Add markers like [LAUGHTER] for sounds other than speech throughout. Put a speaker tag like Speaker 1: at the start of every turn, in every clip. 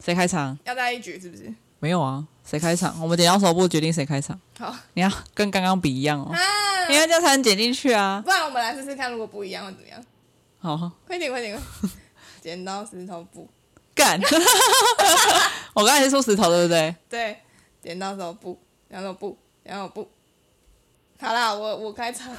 Speaker 1: 谁开场？
Speaker 2: 要再一局是不是？
Speaker 1: 没有啊，谁开场？我们剪刀手不决定谁开场。
Speaker 2: 好，
Speaker 1: 你要跟刚刚比一样哦，
Speaker 2: 啊，
Speaker 1: 因为这样才能剪进去啊。
Speaker 2: 不然我们来试试看，如果不一样会怎么样？
Speaker 1: 好，
Speaker 2: 快点，快点，快点 [LAUGHS] 剪刀石头布，
Speaker 1: 干！ [LAUGHS] 我刚才是说石头对不对？
Speaker 2: 对，剪刀石头布，两手布，两手布。好啦，我我开场。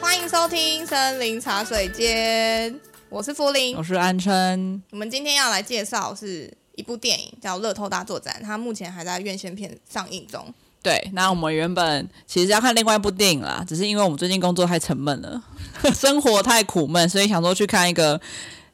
Speaker 2: 欢迎收听森林茶水间，我是福林，
Speaker 1: 我是安琛，
Speaker 2: 我们今天要来介绍是一部电影叫《乐透大作战》，它目前还在院线片上映中。
Speaker 1: 对，那我们原本其实要看另外一部电影啦，只是因为我们最近工作太沉闷了， [LAUGHS] 生活太苦闷，所以想说去看一个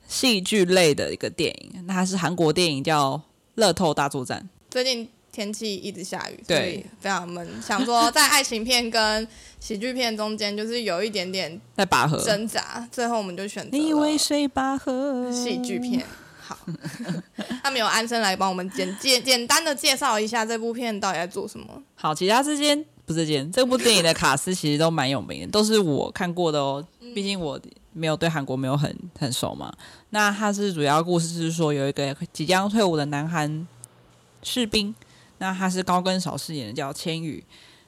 Speaker 1: 戏剧类的一个电影。那它是韩国电影，叫《乐透大作战
Speaker 2: 最近天气一直下雨，所
Speaker 1: 对
Speaker 2: 以非常闷。想说在爱情片跟喜剧片中间，就是有一点点》，
Speaker 1: 在拔河。
Speaker 2: 挣扎，最后我们就选择
Speaker 1: 你为
Speaker 2: 了
Speaker 1: 谁拔河？
Speaker 2: 戏剧片。好， [LAUGHS] 他们有安生来帮我们简简简单的介绍一下这部片到底在做什么。
Speaker 1: 好，其他之间不是之间，这部电影的卡司其实都蛮有名的，都是我看过的哦。毕竟我没有对韩国没有很很熟嘛。那它是主要故事是说有一个即将退伍的南韩士兵，那他是高跟嫂饰演的叫千羽。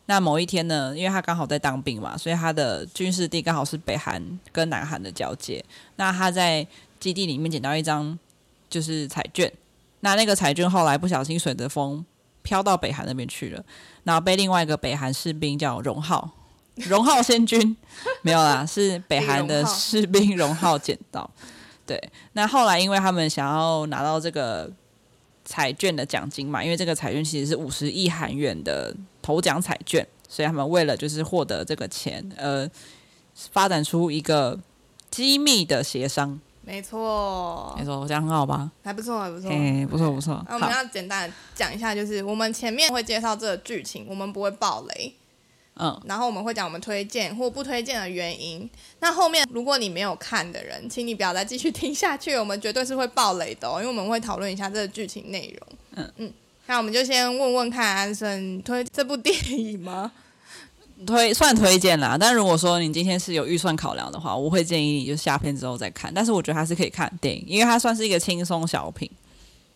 Speaker 1: 那某一天呢，因为他刚好在当兵嘛，所以他的军事地刚好是北韩跟南韩的交界。那他在基地里面捡到一张就是彩券，那那个彩券后来不小心随着风飘到北韩那边去了。然后被另外一个北韩士兵叫荣浩，荣浩先军没有啦，是北韩
Speaker 2: 李
Speaker 1: 的
Speaker 2: 荣浩
Speaker 1: 士兵荣浩捡到。对，那后来因为他们想要拿到这个彩券的奖金嘛，因为这个彩券其实是五十亿韩元的头奖彩券，所以他们为了就是获得这个钱，呃，发展出一个机密的协商。
Speaker 2: 没错
Speaker 1: 没，错，我这样很好吧？
Speaker 2: 还不错，还不错。
Speaker 1: 哎、不错不错。
Speaker 2: 嗯那我
Speaker 1: 好
Speaker 2: 们，要简单地讲一下，就是我们前面会介绍这个剧情，我们不会爆雷。
Speaker 1: 嗯，
Speaker 2: 然后我们会讲我们推荐或不推荐的原因。那后面如果你没有看的人，请你不要再继续听下去，我们绝对是会爆雷的、哦，因为我们会讨论一下这个剧情内容。
Speaker 1: 嗯
Speaker 2: 嗯，那我们就先问问看安生你推这部电影吗？
Speaker 1: 推算推荐啦，但如果说你今天是有预算考量的话，我会建议你就下片之后再看。但是我觉得它是可以看的电影，因为它算是一个轻松小品。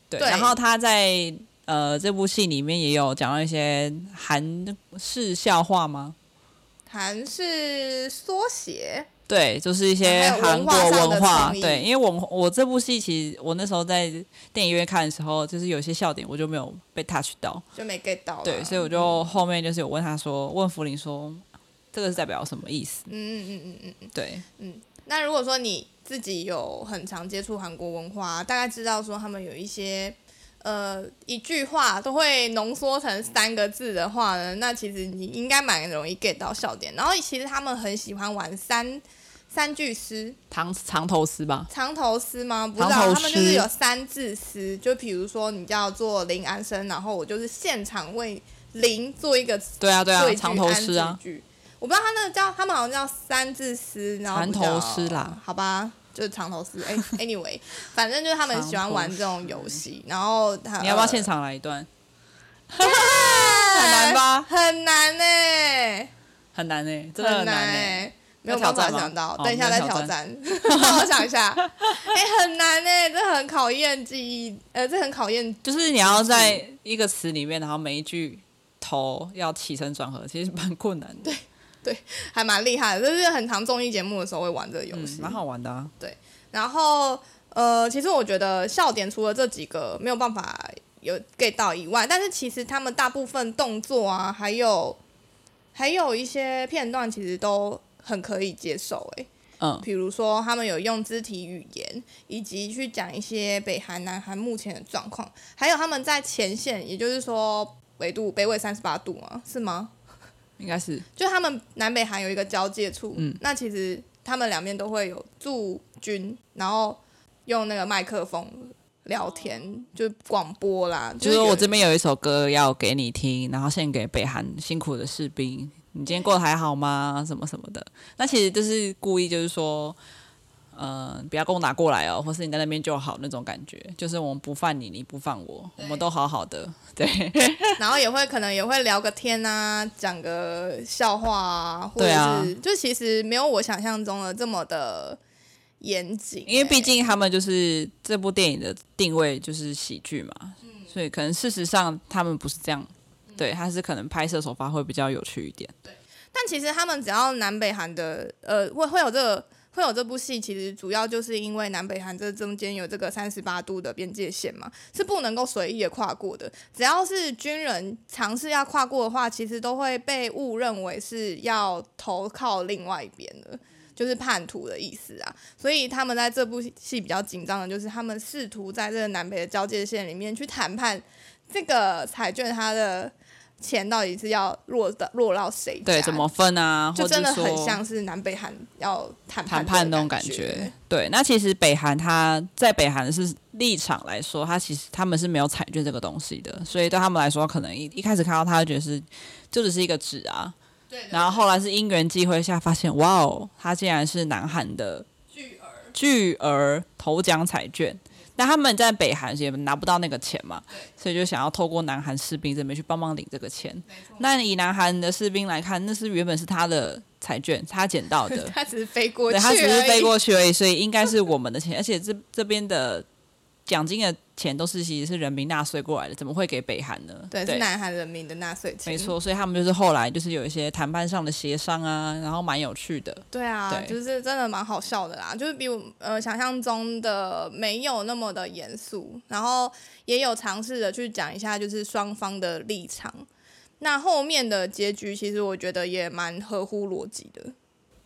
Speaker 1: 对，
Speaker 2: 对
Speaker 1: 然后它在呃这部戏里面也有讲到一些韩式笑话吗？
Speaker 2: 韩是缩写，
Speaker 1: 对，就是一些
Speaker 2: 还有
Speaker 1: 韩
Speaker 2: 文
Speaker 1: 国
Speaker 2: 化上的
Speaker 1: 文化。
Speaker 2: 创意
Speaker 1: 对，因为我我这部戏其实我那时候在电影院看的时候，就是有些笑点我就没有被 touch 到。
Speaker 2: 就没 get 到啦。
Speaker 1: 对，所以我
Speaker 2: 嗯
Speaker 1: 就后面就是有问他说，问福林说，这个是代表什么意思？
Speaker 2: 嗯嗯嗯嗯嗯嗯。
Speaker 1: 对，
Speaker 2: 那如果说你自己有很常接触韩国文化，大概知道说他们有一些呃一句话都会浓缩成三个字的话呢，那其实你应该蛮容易 get 到笑点。然后其实他们很喜欢玩三三句诗，
Speaker 1: 长长头丝吧。
Speaker 2: 长头诗吗？不知
Speaker 1: 长头诗
Speaker 2: 道，他们就是有三字诗，就比如说你叫做林安生，然后我就是现场为林做一个
Speaker 1: 对啊，对啊
Speaker 2: 对，
Speaker 1: 长头诗啊，。
Speaker 2: 我不知道他那个叫，他们好像叫三字诗，然后不叫
Speaker 1: 长头诗啦，
Speaker 2: 好吧，就是长头诗。哎、a n y w a y [LAUGHS] 反正就是他们喜欢玩这种游戏，然后他
Speaker 1: 你要不要现？场来一段？
Speaker 2: 呃
Speaker 1: 很难吧？
Speaker 2: 很难呢、
Speaker 1: 很难哎、真的
Speaker 2: 很
Speaker 1: 难
Speaker 2: 哎、
Speaker 1: 哎、
Speaker 2: 没有办
Speaker 1: 要
Speaker 2: 法
Speaker 1: 挑战吗
Speaker 2: 想到，
Speaker 1: 哦
Speaker 2: 等一下再挑战。 [LAUGHS] 让我想一下，哎、很难呢、这很考验记忆，呃，这很考验
Speaker 1: 就是你要在一个词里面，然后每一句头要起承转合，其实蛮困难的，对，
Speaker 2: 还蛮厉害的，就是很常综艺节目的时候会玩这个游
Speaker 1: 嗯
Speaker 2: 戏，，
Speaker 1: 蛮好玩的啊。
Speaker 2: 然后呃，其实我觉得笑点除了这几个没有办法有 get 到以外，但是其实他们大部分动作啊，还有还有一些片段，其实都很可以接受、欸。
Speaker 1: 嗯，
Speaker 2: 比如说他们有用肢体语言，以及去讲一些北韩、南韩目前的状况，还有他们在前线，也就是说纬度北纬三十八度嘛，是吗？
Speaker 1: 应该是
Speaker 2: 就他们南北韩有一个交界处，
Speaker 1: 嗯
Speaker 2: 那其实他们两边都会有驻军，然后用那个麦克风聊天，就广播啦。
Speaker 1: 就是是
Speaker 2: 有
Speaker 1: 我这边有一首歌要给你听，然后献给北韩辛苦的士兵，你今天过得还好吗？什么什么的。那其实就是故意就是说，呃，不要跟我拿过来哦，或是你在那边就好那种感觉，就是我们不犯你，你不犯我，我们都好好的，对，
Speaker 2: [LAUGHS] 然后也会可能也会聊个天啊，讲个笑话啊，或者
Speaker 1: 对
Speaker 2: 是、
Speaker 1: 啊
Speaker 2: 就其实没有我想象中的这么的严谨、
Speaker 1: 因为毕
Speaker 2: 欸
Speaker 1: 竟他们就是这部电影的定位就是喜剧嘛，
Speaker 2: 嗯
Speaker 1: 所以可能事实上他们不是这样，对，他是可能拍摄手法会比较有趣一点，
Speaker 2: 但其实他们只要南北韩的呃会会有这个会有这部戏，其实主要就是因为南北韩这中间有这个三十八度的边界线嘛，是不能够随意的跨过的。只要是军人尝试要跨过的话，其实都会被误认为是要投靠另外一边的。就是叛徒的意思啊，所以他们在这部戏比较紧张的就是他们试图在这个南北的交界线里面去谈判，这个彩券它的钱到底是要落到落到谁家
Speaker 1: 对，怎么分啊，
Speaker 2: 就
Speaker 1: 或者
Speaker 2: 真的
Speaker 1: 说
Speaker 2: 很像是南北韩要谈
Speaker 1: 谈判
Speaker 2: 判
Speaker 1: 那
Speaker 2: 的
Speaker 1: 种感
Speaker 2: 觉 [LAUGHS]
Speaker 1: 觉。。对，那其实北韩它在北韩是立场来说，它其实他们是没有彩券这个东西的，所以对他们来说，可能一一开始看到它就觉得是就只是一个纸啊。
Speaker 2: 对
Speaker 1: 然后后来是因缘际会下发现，哇哦，它竟然是南韩的
Speaker 2: 巨额
Speaker 1: 巨额头奖彩券。那他们在北韩也拿不到那个钱嘛，所以就想要透过南韩士兵这边去帮忙领这个钱。那以南韩的士兵来看，那是原本是他的彩券，是他捡到的，
Speaker 2: 他只是飞过去
Speaker 1: 对，
Speaker 2: 而已，
Speaker 1: 他只是飞过去而已，所以应该是我们的钱，而且这这边的奖金的钱都是其实是人民纳税过来的，怎么会给北韩呢？
Speaker 2: 对，是南韩人民的纳税钱，
Speaker 1: 没。错，所以他们就是后来就是有一些谈判上的协商啊，然后蛮有趣的，
Speaker 2: 对啊，
Speaker 1: 对
Speaker 2: 就是真的蛮好笑的啦，就是比我呃想象中的没有那么的严肃，然后也有尝试着去讲一下就是双方的立场。那后面的结局其实我觉得也蛮合乎逻辑的，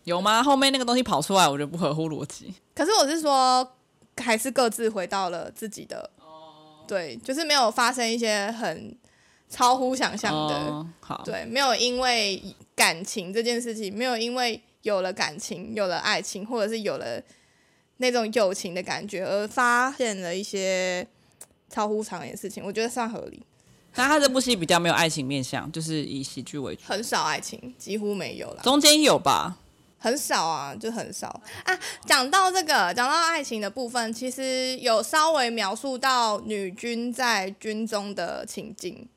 Speaker 1: 有吗？后面那个东西跑出来，我觉得不合乎逻辑。
Speaker 2: 可是我是说，还是各自回到了自己的，对，就是没有发生一些很超乎想象的，
Speaker 1: 哦好，
Speaker 2: 对，没有因为感情这件事情，没有因为有了感情、有了爱情，或者是有了那种友情的感觉，而发现了一些超乎常理的事情，我觉得算合理，
Speaker 1: 那他这部戏比较没有爱情面向，就是以喜剧为主，
Speaker 2: 很少爱情，几乎没有啦。
Speaker 1: 中间有吧？
Speaker 2: 很少啊，就很少啊。讲到这个，讲到爱情的部分，其实有稍微描述到女军在军中的情境，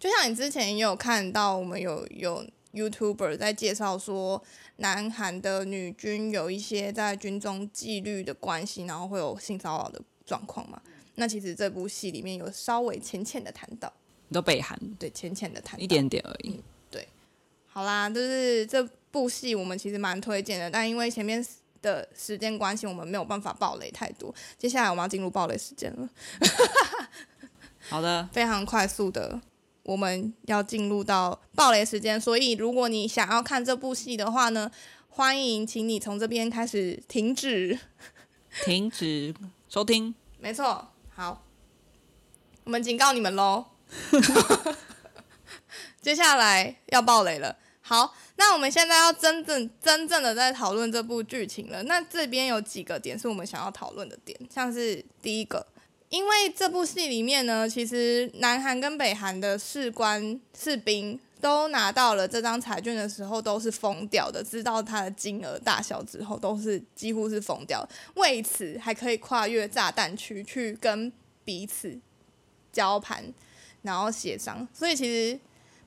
Speaker 2: 就像你之前也有看到，我们有有 YouTuber 在介绍说，南韩的女军有一些在军中纪律的关系，然后会有性骚扰的状况嘛。那其实这部戏里面有稍微浅浅的谈到，
Speaker 1: 你都北韩
Speaker 2: 对，浅浅的谈到
Speaker 1: 一点点而已。
Speaker 2: 好啦，就是这部戏我们其实蛮推荐的，但因为前面的时间关系，我们没有办法暴雷太多。接下来我们要进入暴雷时间了，
Speaker 1: 好的，
Speaker 2: 非常快速的，我们要进入到暴雷时间。所以如果你想要看这部戏的话呢，欢迎请你从这边开始停止。
Speaker 1: 停止收听。
Speaker 2: 没错，好，我们警告你们喽。 [LAUGHS] 接下来要爆雷了。好，那我们现在要真正真正的在讨论这部剧情了。那这边有几个点是我们想要讨论的点，像是第一个，因为这部戏里面呢，其实南韩跟北韩的士官士兵都拿到了这张彩券的时候，都是疯掉的。知道它的金额大小之后，都是几乎是疯掉。为此还可以跨越炸弹区去跟彼此交盘，然后协商。所以其实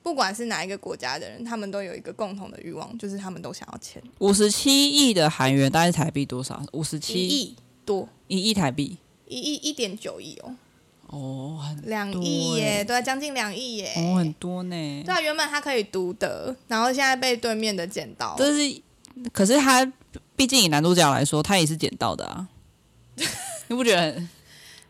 Speaker 2: 不管是哪一个国家的人，他们都有一个共同的欲望，就是他们都想要钱，
Speaker 1: 五十七亿的韩元，大概台币多少？五十
Speaker 2: 一
Speaker 1: 七
Speaker 2: 亿多，
Speaker 1: 一亿台币。
Speaker 2: 一亿一点九亿哦，
Speaker 1: 哦，很
Speaker 2: 两
Speaker 1: 多
Speaker 2: 亿耶，
Speaker 1: 欸
Speaker 2: 对啊，将近两亿耶。
Speaker 1: 哦很多呢。
Speaker 2: 哎对啊，原本他可以读的，然后现在被对面的捡到，
Speaker 1: 但是，可是他毕竟以男主角来说，他也是捡到的
Speaker 2: [LAUGHS]
Speaker 1: 啊。你不觉得很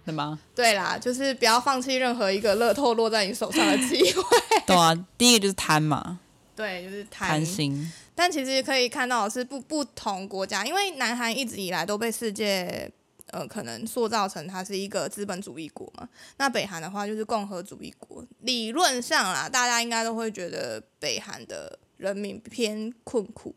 Speaker 1: 很吗？
Speaker 2: 对啦，就是不要放弃任何一个乐透落在你手上的机会。
Speaker 1: 对啊，第一个就是贪嘛，
Speaker 2: [LAUGHS] 对，就是贪
Speaker 1: 贪心。
Speaker 2: 但其实可以看到的是不不同国家，因为南韩一直以来都被世界呃可能塑造成它是一个资本主义国嘛。那北韩的话就是共和主义国，理论上啦，大家应该都会觉得北韩的人民偏困苦、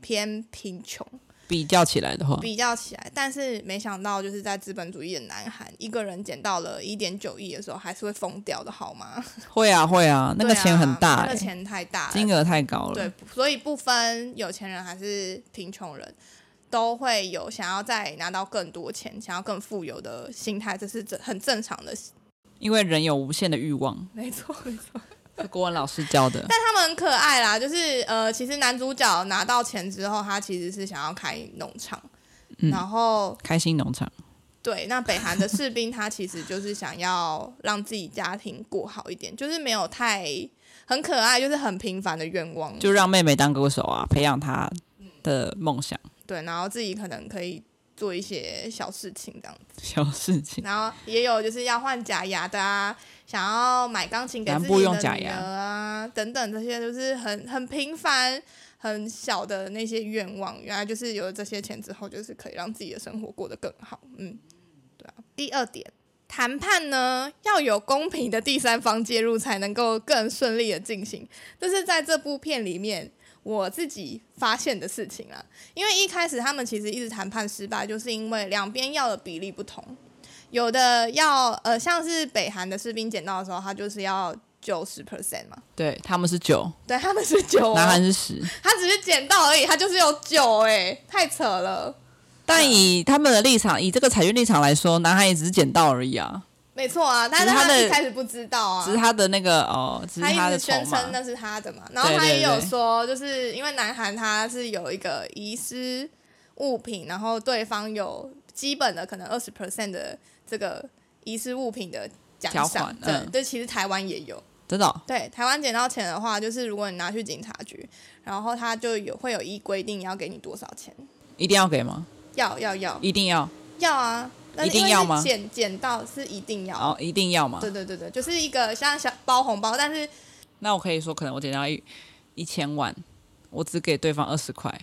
Speaker 2: 偏贫穷。
Speaker 1: 比较起来的话，
Speaker 2: 比较起来，但是没想到就是在资本主义的南韩，一个人捡到了一点九亿的时候，还是会疯掉的，好吗？
Speaker 1: 会啊会啊，那个
Speaker 2: 对啊
Speaker 1: 钱很大、
Speaker 2: 那
Speaker 1: 欸，
Speaker 2: 个钱太大了，
Speaker 1: 金额太高了。
Speaker 2: 对，所以不分有钱人还是贫穷人，都会有想要再拿到更多钱、想要更富有的心态，这是正很正常的。
Speaker 1: 因为人有无限的欲
Speaker 2: [LAUGHS]
Speaker 1: 望，
Speaker 2: 没错，没
Speaker 1: [LAUGHS]
Speaker 2: 错。
Speaker 1: 是国文老师教的。
Speaker 2: 但他们很可爱啦，就是呃，其实男主角拿到钱之后，他其实是想要开农场，
Speaker 1: 嗯
Speaker 2: 然后
Speaker 1: 开心农场，
Speaker 2: 对，那北韩的士兵他其实就是想要让自己家庭过好一点，就是没有太很可爱，就是很平凡的愿望，
Speaker 1: 就让妹妹当歌手
Speaker 2: 嗯
Speaker 1: 啊，培养她的梦想、
Speaker 2: 对，然后自己可能可以做一些小事情这样子，
Speaker 1: 小事情。
Speaker 2: 然后也有就是要换假牙的啊，想要买钢琴给自
Speaker 1: 南
Speaker 2: 己
Speaker 1: 部
Speaker 2: 的
Speaker 1: 用假
Speaker 2: 女
Speaker 1: 牙
Speaker 2: 儿啊，等等这些就是很很平凡。很小的那些愿望，原来就是有了这些钱之后，就是可以让自己的生活过得更好。嗯，对啊。第二点，谈判呢要有公平的第三方介入，才能够更顺利的进行。这是在这部片里面我自己发现的事情啦。因为一开始他们其实一直谈判失败，就是因为两边要的比例不同。有的要呃，像是北韩的士兵捡到的时候，他就是要九十 percent 嘛，
Speaker 1: 对，他们是九，
Speaker 2: 对，他们是九、
Speaker 1: 男
Speaker 2: 哦
Speaker 1: 韩，是十，
Speaker 2: 他只是捡到而已，他就是有九哎、太扯了。啊
Speaker 1: 但以他们的立场，以这个彩券立场来说，男孩也只是捡到而已啊，
Speaker 2: 没错啊，但是
Speaker 1: 只是他
Speaker 2: 他
Speaker 1: 的
Speaker 2: 一开始不知道啊，
Speaker 1: 只是他的那个哦，只是
Speaker 2: 他
Speaker 1: 的
Speaker 2: 一直
Speaker 1: 筹
Speaker 2: 宣
Speaker 1: 码
Speaker 2: 称。那是他的嘛，然后
Speaker 1: 对
Speaker 2: 他
Speaker 1: 对
Speaker 2: 也有
Speaker 1: 对
Speaker 2: 说，就是因为南韩他是有一个遗失物品，然后对方有基本的可能二十 percent 的这个遗失物品的奖
Speaker 1: 条
Speaker 2: 赏
Speaker 1: 款，
Speaker 2: 对，
Speaker 1: 嗯
Speaker 2: 这其实台湾也有。
Speaker 1: 真的哦、
Speaker 2: 对，台湾捡到钱的话，就是如果你拿去警察局，然后他就有会有依规定要给你多少钱，
Speaker 1: 一定要给吗？
Speaker 2: 要要要
Speaker 1: 一定要
Speaker 2: 要啊！但是
Speaker 1: 一定
Speaker 2: 因为
Speaker 1: 要
Speaker 2: 是
Speaker 1: 吗
Speaker 2: 捡捡到是一定要，
Speaker 1: 哦，一定要吗？
Speaker 2: 对对对对，就是一个像小包红包，但是
Speaker 1: 那我可以说，可能我捡到一一千万，我只给对方二十块，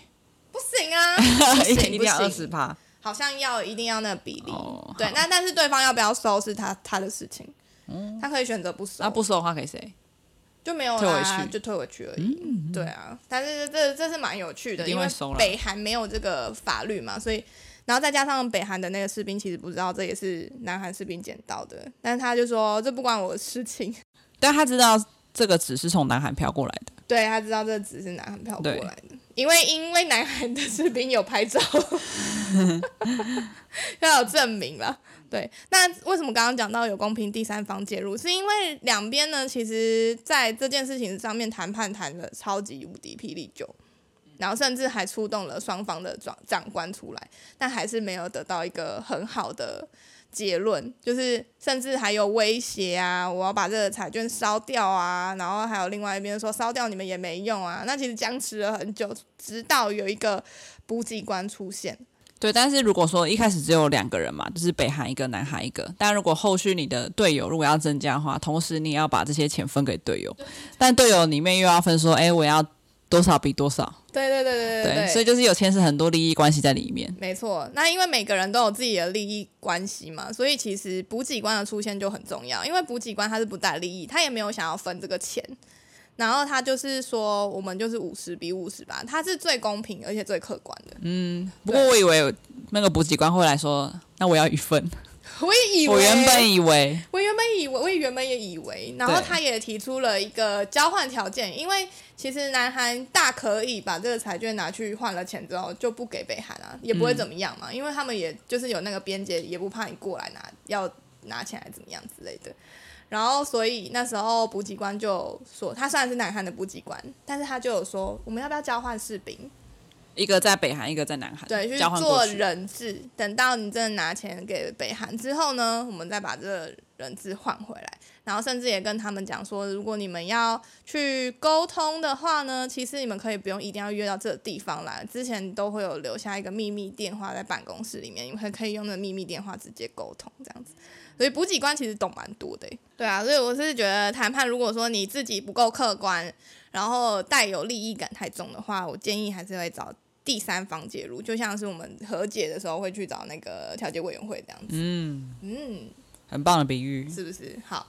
Speaker 2: 不
Speaker 1: [LAUGHS]
Speaker 2: 行啊，不
Speaker 1: 一
Speaker 2: 行
Speaker 1: 定
Speaker 2: 不
Speaker 1: 要二
Speaker 2: 行哦
Speaker 1: 十趴。
Speaker 2: 好像要一定要那个比例。
Speaker 1: 哦
Speaker 2: 对，那但是对方要不要收是他他的事情，他可以选择不收，
Speaker 1: 哦那不收的话给谁？
Speaker 2: 就没有
Speaker 1: 退回
Speaker 2: 啦，
Speaker 1: 去嗯
Speaker 2: 就退回去而已。对啊，但是这这是蛮有趣的，
Speaker 1: 一定
Speaker 2: 因
Speaker 1: 会
Speaker 2: 为
Speaker 1: 收啦
Speaker 2: 北韩没有这个法律嘛，所以然后再加上北韩的那个士兵其实不知道这也是南韩士兵捡到的，但是他就说这不关我的事情。
Speaker 1: 但他知道这个纸是从南韩飘过来的，
Speaker 2: 对他知道这只是南韩票过
Speaker 1: 对
Speaker 2: 来的，因为因为南韩的士兵有拍照，要有证明啦。对，那为什么刚刚讲到有公平第三方介入，是因为两边呢，其实在这件事情上面谈判谈的超级无敌霹雳久，然后甚至还出动了双方的长长官出来，但还是没有得到一个很好的结论，就是甚至还有威胁啊，我要把这个彩券烧掉啊，然后还有另外一边说烧掉你们也没用啊，那其实僵持了很久，直到有一个补给官出现，
Speaker 1: 对。但是如果说一开始只有两个人嘛，就是北韩一个，南韩一个。但如果后续你的队友如果要增加的话，同时你也要把这些钱分给队友，但队友里面又要分说，哎，我要多少比多少，
Speaker 2: 对对对对对
Speaker 1: 所以就是有牵涉很多利益关系在里面。
Speaker 2: 没错，那因为每个人都有自己的利益关系嘛，所以其实补给官的出现就很重要。因为补给官他是不带利益，他也没有想要分这个钱，然后他就是说我们就是五十比五十吧，他是最公平而且最客观
Speaker 1: 嗯
Speaker 2: 的。
Speaker 1: 不过我以为那个补给官会来说，那我要一份。
Speaker 2: 我也以为，
Speaker 1: 我原本以为
Speaker 2: 我原本以为，我也原本也以为，然后
Speaker 1: 对
Speaker 2: 他也提出了一个交换条件，因为其实南韩大可以把这个彩券拿去换了钱之后就不给北韩啊，也不会怎么样嘛，因为他们也就是有那个边界，也不怕你过来拿要拿钱还怎么样之类的。然后，所以那时候补给官就说，他虽然是南韩的补给官，但是他就有说，我们要不要交换士兵？
Speaker 1: 一个在北韩，一个在南韩，
Speaker 2: 对，去
Speaker 1: 交换过
Speaker 2: 做
Speaker 1: 去。
Speaker 2: 人质。等到你真的拿钱给北韩之后呢，我们再把这个人质换回来。然后甚至也跟他们讲说，如果你们要去沟通的话呢，其实你们可以不用一定要约到这个地方来，之前都会有留下一个秘密电话在办公室里面，你们可以用那个秘密电话直接沟通这样子。所以补给官其实懂蛮多的欸、对啊，所以我是觉得谈判，如果说你自己不够客观，然后带有利益感太重的话，我建议还是会找第三方介入，就像是我们和解的时候会去找那个调解委员会这样子。
Speaker 1: 嗯，
Speaker 2: 嗯，
Speaker 1: 很棒的比喻。
Speaker 2: 是不是？好，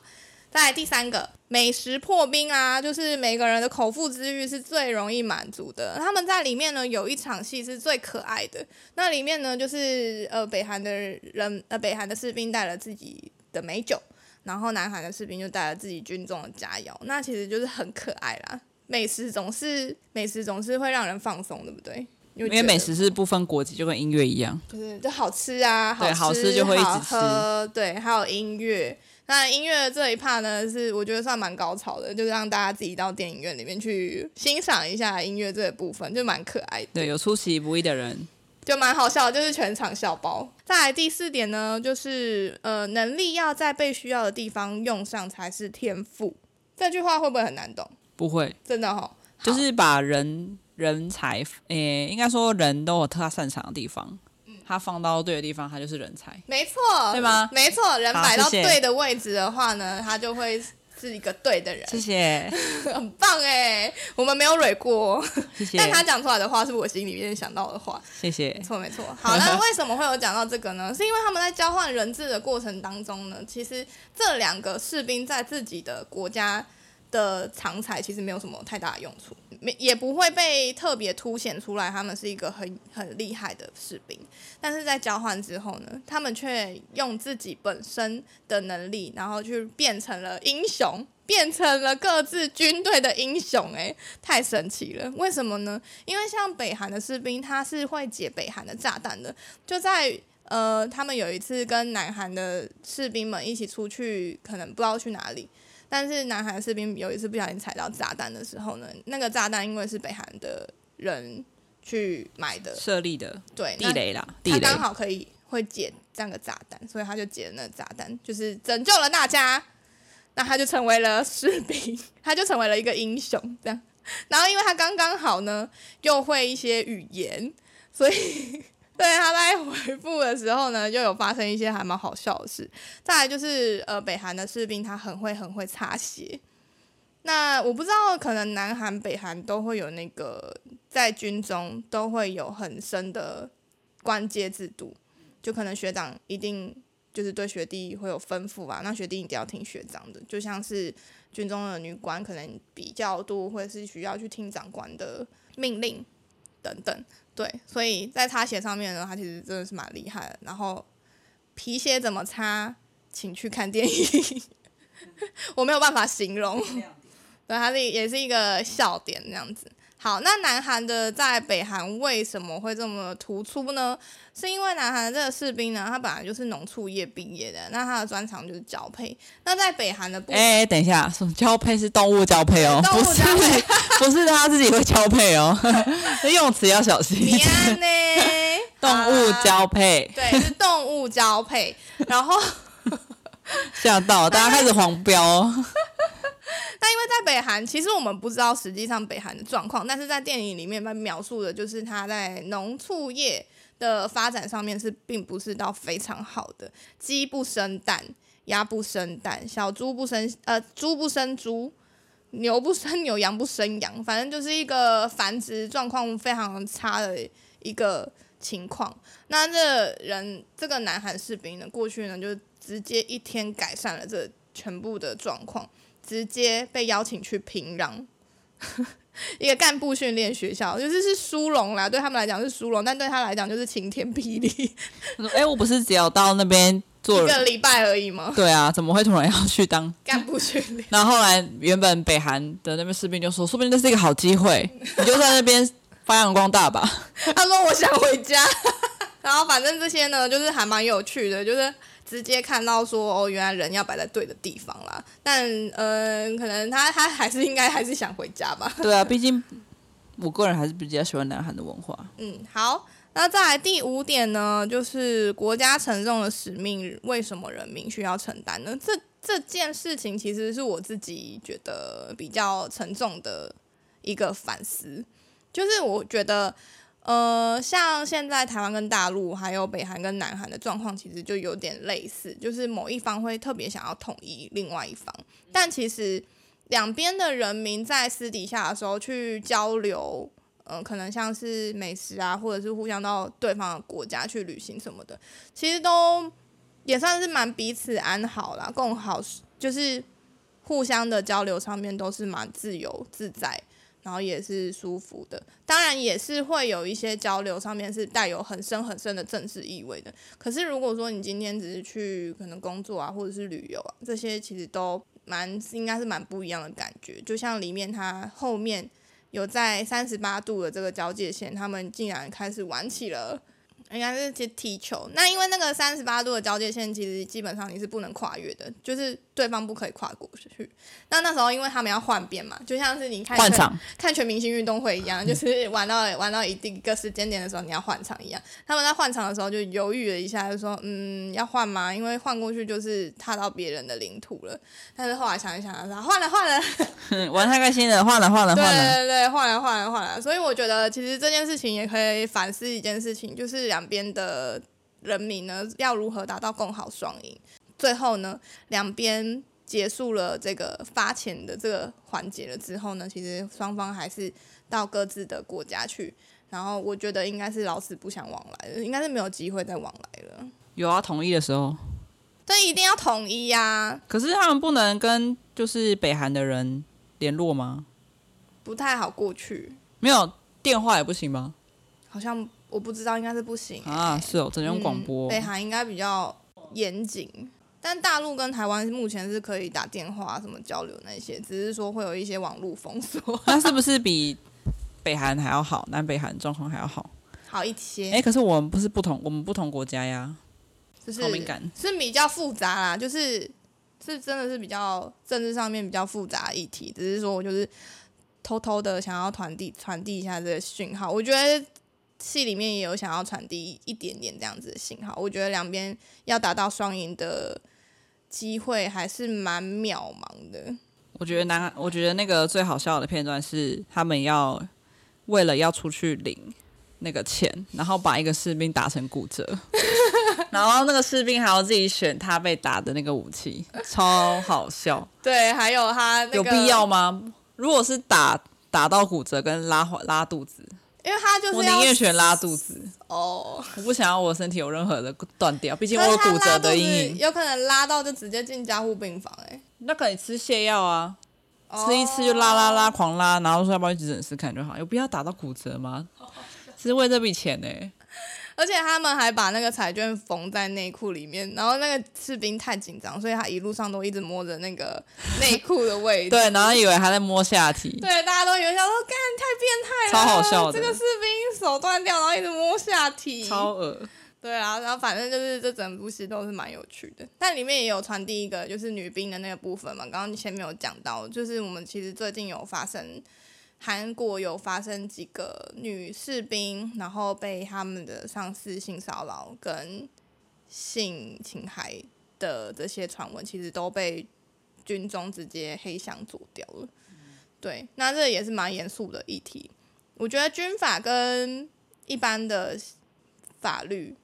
Speaker 2: 再来第三个，美食破冰啊，就是每个人的口腹之欲是最容易满足的。他们在里面呢有一场戏是最可爱的，那里面呢就是呃北韩的人呃北韩的士兵带了自己的美酒，然后南韩的士兵就带了自己军中的佳肴，那其实就是很可爱啦。美食总是美食总是会让人放松，对不对？因
Speaker 1: 因为美食是不分国籍，就跟音乐一样。
Speaker 2: 就是就好吃啊，
Speaker 1: 对好
Speaker 2: 吃
Speaker 1: 吃就会一直
Speaker 2: 好喝，对，还有音乐。那音乐的这一 part 呢，是我觉得算蛮高潮的，就是让大家自己到电影院里面去欣赏一下音乐这个部分，就蛮可爱的。
Speaker 1: 对，有出其不意的人，
Speaker 2: 就蛮好笑的，就是全场笑包。再来第四点呢，就是呃，能力要在被需要的地方用上才是天赋。这句话会不会很难懂？
Speaker 1: 不会，
Speaker 2: 真的哦哈、
Speaker 1: 就是把人人才，诶、应该说人都有他擅长的地方，
Speaker 2: 嗯
Speaker 1: 他放到对的地方，他就是人才。
Speaker 2: 没错，
Speaker 1: 对吗
Speaker 2: 没错，人
Speaker 1: 好
Speaker 2: 摆到
Speaker 1: 谢谢
Speaker 2: 对的位置的话呢，他就会是一个对的人，
Speaker 1: 谢谢，
Speaker 2: [LAUGHS] 很棒哎、我们没有蕊过，
Speaker 1: 谢谢，
Speaker 2: 但他讲出来的话是我心里面想到的话，
Speaker 1: 谢谢
Speaker 2: 没。错没错。好，那为什么会有讲到这个呢？是因为他们在交换人质的过程当中呢，其实这两个士兵在自己的国家的长才其实没有什么太大的用处，没也不会被特别凸显出来，他们是一个很很厉害的士兵。但是在交换之后呢，他们却用自己本身的能力，然后去变成了英雄。变成了各自军队的英雄、欸，太神奇了！为什么呢？因为像北韩的士兵，他是会解北韩的炸弹的，就在。呃，他们有一次跟南韩的士兵们一起出去，可能不知道去哪里，但是南韩士兵有一次不小心踩到炸弹的时候呢，那个炸弹因为是北韩的人去买的，
Speaker 1: 设立的
Speaker 2: 对，
Speaker 1: 地雷啦，地
Speaker 2: 那
Speaker 1: 雷
Speaker 2: 他刚好可以会解这样的炸弹，所以他就解了那个炸弹，就是拯救了大家，那他就成为了士兵，他就成为了一个英雄这样。然后因为他刚刚好呢，又会一些语言，所以 [LAUGHS] 对他在回复的时候呢，就有发生一些还蛮好笑的事。再来就是呃，北韩的士兵他很会很会擦鞋。那我不知道，可能南韩、北韩都会有那个在军中都会有很深的关阶制度，就可能学长一定就是对学弟会有吩咐啊，那学弟一定要听学长的，就像是军中的女官可能比较多，或者是需要去听长官的命令等等。对，所以在擦鞋上面呢，他其实真的是蛮厉害的。然后皮鞋怎么擦，请去看电影， [LAUGHS] 我没有办法形容。对，它是也是一个笑点这样子。好，那南韩的在北韩为什么会这么突出呢？是因为南韩的这个士兵呢，他本来就是农畜业毕业的，那他的专长就是交配。那在北韩的部分
Speaker 1: 哎、等一下，什么交配是动物交配哦，
Speaker 2: 动物
Speaker 1: 不是
Speaker 2: 交配
Speaker 1: 不是他自己会交配哦， [LAUGHS] 用词要小
Speaker 2: 米
Speaker 1: 心。？
Speaker 2: 安 [LAUGHS] 呢
Speaker 1: 动物
Speaker 2: 好啦
Speaker 1: 交配，
Speaker 2: 对，是动物交配。然后，
Speaker 1: 吓到大家开始黄标哦， [LAUGHS]
Speaker 2: 那因为在北韩，其实我们不知道实际上北韩的状况，但是在电影里面被描述的就是他在农畜业的发展上面是并不是到非常好的，鸡不生蛋，鸭不生蛋，小猪不生呃猪不生猪。牛不生牛，羊不生羊，反正就是一个繁殖状况非常差的一个情况。那这人这个南韩士兵呢，过去呢就直接一天改善了这全部的状况，直接被邀请去平壤 [LAUGHS] 一个干部训练学校，就是是殊荣啦，对他们来讲是殊荣，但对他来讲就是晴天霹雳，
Speaker 1: 他说哎、我不是只有到那边做
Speaker 2: 一，个礼拜而已吗？
Speaker 1: 对啊，怎么会突然要去当？
Speaker 2: 干部训
Speaker 1: [LAUGHS]
Speaker 2: 练，
Speaker 1: 然后后来原本北韩的那边士兵就说，说不定这是一个好机 [LAUGHS] 会，你就在那边发扬光大吧。
Speaker 2: 他说我想回家， [LAUGHS] 然后反正这些呢，就是还蛮有趣的，就是。直接看到说哦，原来人要摆在对的地方啦。但嗯、可能他他还是应该还是想回家吧。
Speaker 1: 对啊，毕竟我个人还是比较喜欢南韩的文化。
Speaker 2: 嗯，好，那再来第五点呢，就是国家承重的使命，为什么人民需要承担呢？这这件事情其实是我自己觉得比较沉重的一个反思，就是我觉得。呃，像现在台湾跟大陆，还有北韩跟南韩的状况，其实就有点类似，就是某一方会特别想要统一另外一方，但其实两边的人民在私底下的时候去交流，嗯、可能像是美食啊，或者是互相到对方的国家去旅行什么的，其实都也算是蛮彼此安好啦，共好，就是互相的交流上面都是蛮自由自在，然后也是舒服的。当然也是会有一些交流上面是带有很深很深的政治意味的。可是如果说你今天只是去可能工作啊，或者是旅游啊，这些其实都蛮应该是蛮不一样的感觉。就像里面它后面有在三十八度的这个交界线，他们竟然开始玩起了，应该是踢踢球。那因为那个三十八度的交界线，其实基本上你是不能跨越的，就是对方不可以跨过去。那那时候因为他们要换边嘛，就像是你看
Speaker 1: 换场，
Speaker 2: 看全明星运动会一样，就是玩到玩到一定一个时间点的时候，你要换场一样。他们在换场的时候就犹豫了一下，就说：“嗯，要换吗？因为换过去就是踏到别人的领土了。”但是后来想一想，然后换了换了，
Speaker 1: 嗯玩太开心了，啊换了换了
Speaker 2: 对
Speaker 1: 换了，
Speaker 2: 对对，换了换了换了。所以我觉得其实这件事情也可以反思一件事情，就是两边的人民呢要如何达到共好双赢。最后呢，两边结束了这个发钱的这个环节了之后呢，其实双方还是到各自的国家去。然后我觉得应该是老死不相往来了，应该是没有机会再往来了。
Speaker 1: 有要同意的时候，
Speaker 2: 这一定要统一呀、
Speaker 1: 可是他们不能跟就是北韩的人联络吗？
Speaker 2: 不太好过去，
Speaker 1: 没有电话也不行吗？
Speaker 2: 好像我不知道，应该是不行、欸
Speaker 1: 啊，是哦，只能用广播
Speaker 2: 嗯。北韩应该比较严谨，但大陆跟台湾目前是可以打电话什么交流那些，只是说会有一些网络封锁， [LAUGHS]
Speaker 1: 那是不是比北韩还要好？南北韩状况还要好？
Speaker 2: 好一些。
Speaker 1: 哎、可是我们不是不同，我们不同国家呀，
Speaker 2: 就是
Speaker 1: 好敏感。
Speaker 2: 是比较复杂啦，就是是真的是比较政治上面比较复杂的议题，只是说我就是偷偷的想要传递传递一下这个讯号。我觉得戏里面也有想要传递一点点这样子的信号。我觉得两边要达到双赢的机会还是蛮渺茫的。
Speaker 1: 我觉得南韩，我觉得那个最好笑的片段是他们要为了要出去领那个钱，然后把一个士兵打成骨折， [LAUGHS] 然后那个士兵还要自己选他被打的那个武器，超好笑。
Speaker 2: 对，还有他 [LAUGHS] 那个
Speaker 1: 有必要吗？如果是打打到骨折跟拉拉肚子，
Speaker 2: 因为他就是
Speaker 1: 我
Speaker 2: 要
Speaker 1: 宁愿选拉肚子。
Speaker 2: 哦，
Speaker 1: 我不想要我身体有任何的断掉，毕竟我有骨折的阴
Speaker 2: 啊但是他拉肚子
Speaker 1: 影。
Speaker 2: 有可能拉到就直接进加护病房哎、
Speaker 1: 那可以吃泻药啊，
Speaker 2: 欸，
Speaker 1: 吃一吃就拉拉
Speaker 2: 哦
Speaker 1: 拉，狂拉，然后说要不要去诊室看就好，有必要打到骨折 [LAUGHS] 吗？是为这笔钱呢、
Speaker 2: 而且他们还把那个彩券缝在内裤里面，然后那个士兵太紧张，所以他一路上都一直摸着
Speaker 1: [LAUGHS]
Speaker 2: 那个内裤的位置。
Speaker 1: 对，然后以为他在摸下体，
Speaker 2: 对，大家都以为想说，干太变态了，
Speaker 1: 超好笑的
Speaker 2: 这个士兵手断掉，然后一直摸下体。
Speaker 1: 超恶。
Speaker 2: 对啊，然后反正就是这整部戏都是蛮有趣的，但里面也有传递一个就是女兵的那个部分嘛。刚刚前面有讲到，就是我们其实最近有发生韩国有发生几个女士兵，然后被他们的上司性骚扰跟性侵害的这些传闻，其实都被军中直接黑箱做掉了。对，那这也是蛮严肃的议题。我觉得军法跟一般的法律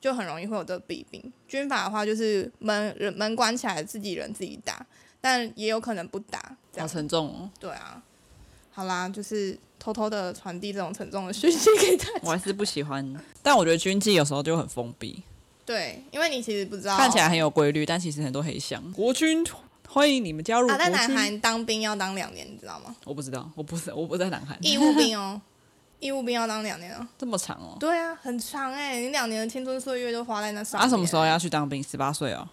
Speaker 2: 就很容易会有这个弊病。军法的话就是门人门关起来，自己人自己打，但也有可能不打。
Speaker 1: 好
Speaker 2: 这样
Speaker 1: 沉重哦，
Speaker 2: 对啊，好啦，就是偷偷的传递这种沉重的讯息给大
Speaker 1: 我
Speaker 2: 家。
Speaker 1: 还是不喜欢。但我觉得军纪有时候就很封闭，
Speaker 2: 对，因为你其实不知道，
Speaker 1: 看起来很有规律，但其实很多黑箱。国军欢迎你们加入
Speaker 2: 啊，
Speaker 1: 国
Speaker 2: 在南
Speaker 1: 军。
Speaker 2: 韩当兵要当两年，你知道吗？
Speaker 1: 我不知道，我不是我不在南韩，
Speaker 2: 义务兵哦，义务兵要当两年哦。
Speaker 1: 这么长哦。
Speaker 2: 对啊，很长哎、你两年的青春岁月都花在那上
Speaker 1: 啊，
Speaker 2: 面。
Speaker 1: 什么时候？要去当兵？十八岁哦，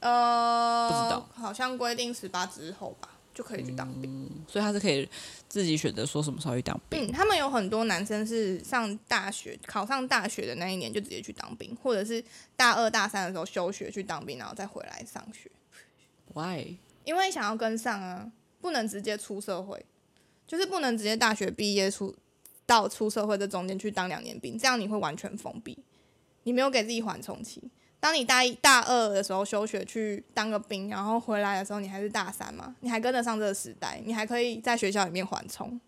Speaker 2: 呃，
Speaker 1: 不知道，嗯
Speaker 2: 好像规定十八之后吧，就可以去当兵。
Speaker 1: 所以他是可以自己选择说什么时候去当兵。
Speaker 2: 嗯，他们有很多男生是上大学，考上大学的那一年就直接去当兵，或者是大二大三的时候休学去当兵，然后再回来上学。
Speaker 1: Why？
Speaker 2: 因为想要跟上啊，不能直接出社会，就是不能直接大学毕业出到出社会这中间去当两年兵，这样你会完全封闭，你没有给自己缓冲期。当你大一大二的时候休学去当个兵，然后回来的时候你还是大三嘛，你还跟得上这个时代，你还可以在学校里面缓冲。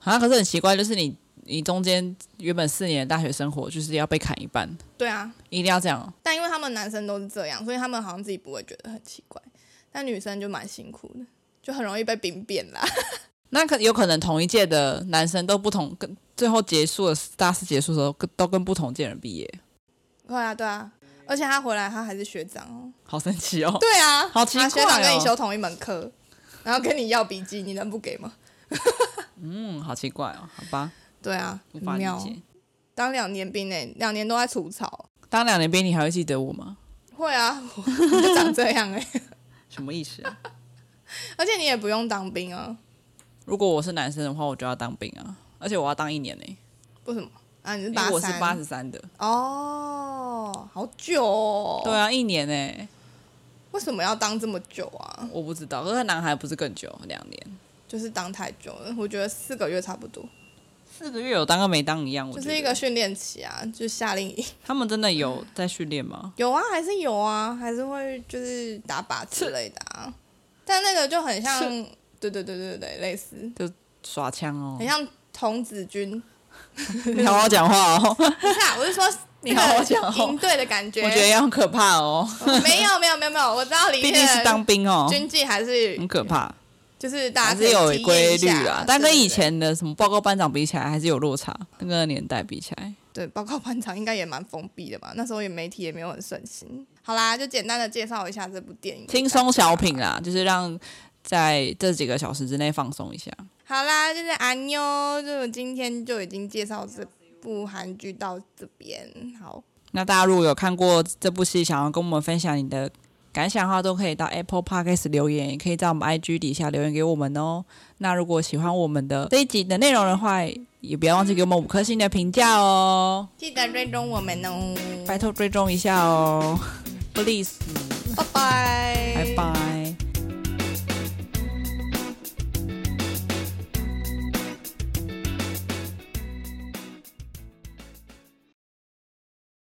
Speaker 1: 啊，可是很奇怪，就是你你中间原本四年的大学生活，就是要被砍一半，
Speaker 2: 对啊，
Speaker 1: 一定要这样哦。
Speaker 2: 但因为他们男生都是这样，所以他们好像自己不会觉得很奇怪，但女生就蛮辛苦的，就很容易被兵变啦。 [LAUGHS]
Speaker 1: 那可有可能同一届的男生都不同，跟最后结束的大四结束的时候，跟都跟不同届人毕业，
Speaker 2: 对啊，对啊，而且他回来他还是学长哦。
Speaker 1: 好神奇哦。
Speaker 2: 对啊，
Speaker 1: 好奇
Speaker 2: 啊学
Speaker 1: 怪
Speaker 2: 长跟你
Speaker 1: 哦
Speaker 2: 修同一门课，然后跟你要笔记，你能不给吗？
Speaker 1: 嗯，好奇怪哦，好吧，
Speaker 2: 对啊，
Speaker 1: 无
Speaker 2: 很
Speaker 1: 法理
Speaker 2: 妙。
Speaker 1: 解。
Speaker 2: 当两年兵呢、两年都在除草，
Speaker 1: 当两年兵，你还会记得我吗？
Speaker 2: 会啊， [LAUGHS] 我我 [LAUGHS] 就长这样哎、
Speaker 1: 什么意思啊？
Speaker 2: 而且你也不用当兵啊。
Speaker 1: [LAUGHS] 如果我是男生的话，我就要当兵啊，而且我要当一年呢、
Speaker 2: 为什么啊？你是
Speaker 1: 因
Speaker 2: 八
Speaker 1: 为
Speaker 2: 三？
Speaker 1: 我是八十三的。
Speaker 2: 哦，好久、哦。
Speaker 1: 对，啊，一年呢、
Speaker 2: 为什么要当这么久啊？
Speaker 1: 我不知道。可是男孩不是更久，两年，
Speaker 2: 就是当太久了，我觉得四个月差不多，
Speaker 1: 四个月有当跟没当一样。我
Speaker 2: 就
Speaker 1: 觉
Speaker 2: 是一
Speaker 1: 得
Speaker 2: 个训练期啊，就是夏令营。 [LAUGHS]
Speaker 1: 他们真的
Speaker 2: 嗯
Speaker 1: 有在训练吗？
Speaker 2: 有啊，还是有啊，还是会就是打靶之类的啊。但那个就很像，对对对对对，类似，
Speaker 1: 耍枪哦
Speaker 2: 很，像童子军。
Speaker 1: 你好好讲话哦，
Speaker 2: 不是啊，我是说
Speaker 1: [LAUGHS] 你好好
Speaker 2: 这
Speaker 1: 讲
Speaker 2: 个
Speaker 1: 哦
Speaker 2: 营队的感觉。
Speaker 1: 我觉得要很可怕哦，
Speaker 2: 没有没有没有没有，我知道里
Speaker 1: 毕
Speaker 2: 面
Speaker 1: 竟是当兵哦，
Speaker 2: 军纪还是
Speaker 1: 很可怕，
Speaker 2: 就是大
Speaker 1: 还
Speaker 2: 家可以
Speaker 1: 是有
Speaker 2: 体验
Speaker 1: 规
Speaker 2: 一
Speaker 1: 律
Speaker 2: 下
Speaker 1: 啊。但跟以
Speaker 2: 对对对
Speaker 1: 前的什么报告班长比起来，还是有落差。那个年代比起来，
Speaker 2: 对，报告班长应该也蛮封闭的吧？那时候也媒体也没有很盛行。好啦，就简单的介绍一下这部电影，
Speaker 1: 轻松小品。啦，就是让在这几个小时之内放松一下。
Speaker 2: 好啦，就是安妞，就今天就已经介绍这部韩剧到这边。好，
Speaker 1: 那大家如果有看过这部戏，想要跟我们分享你的感想的话，都可以到 Apple Podcast 留言，也可以在我们 IG 底下留言给我们哦。那如果喜欢我们的这一集的内容的话，也不要忘记给我们五颗星的评价哦，
Speaker 2: 记得追踪我们哦，
Speaker 1: 拜托追踪一下哦，please。
Speaker 2: 拜拜。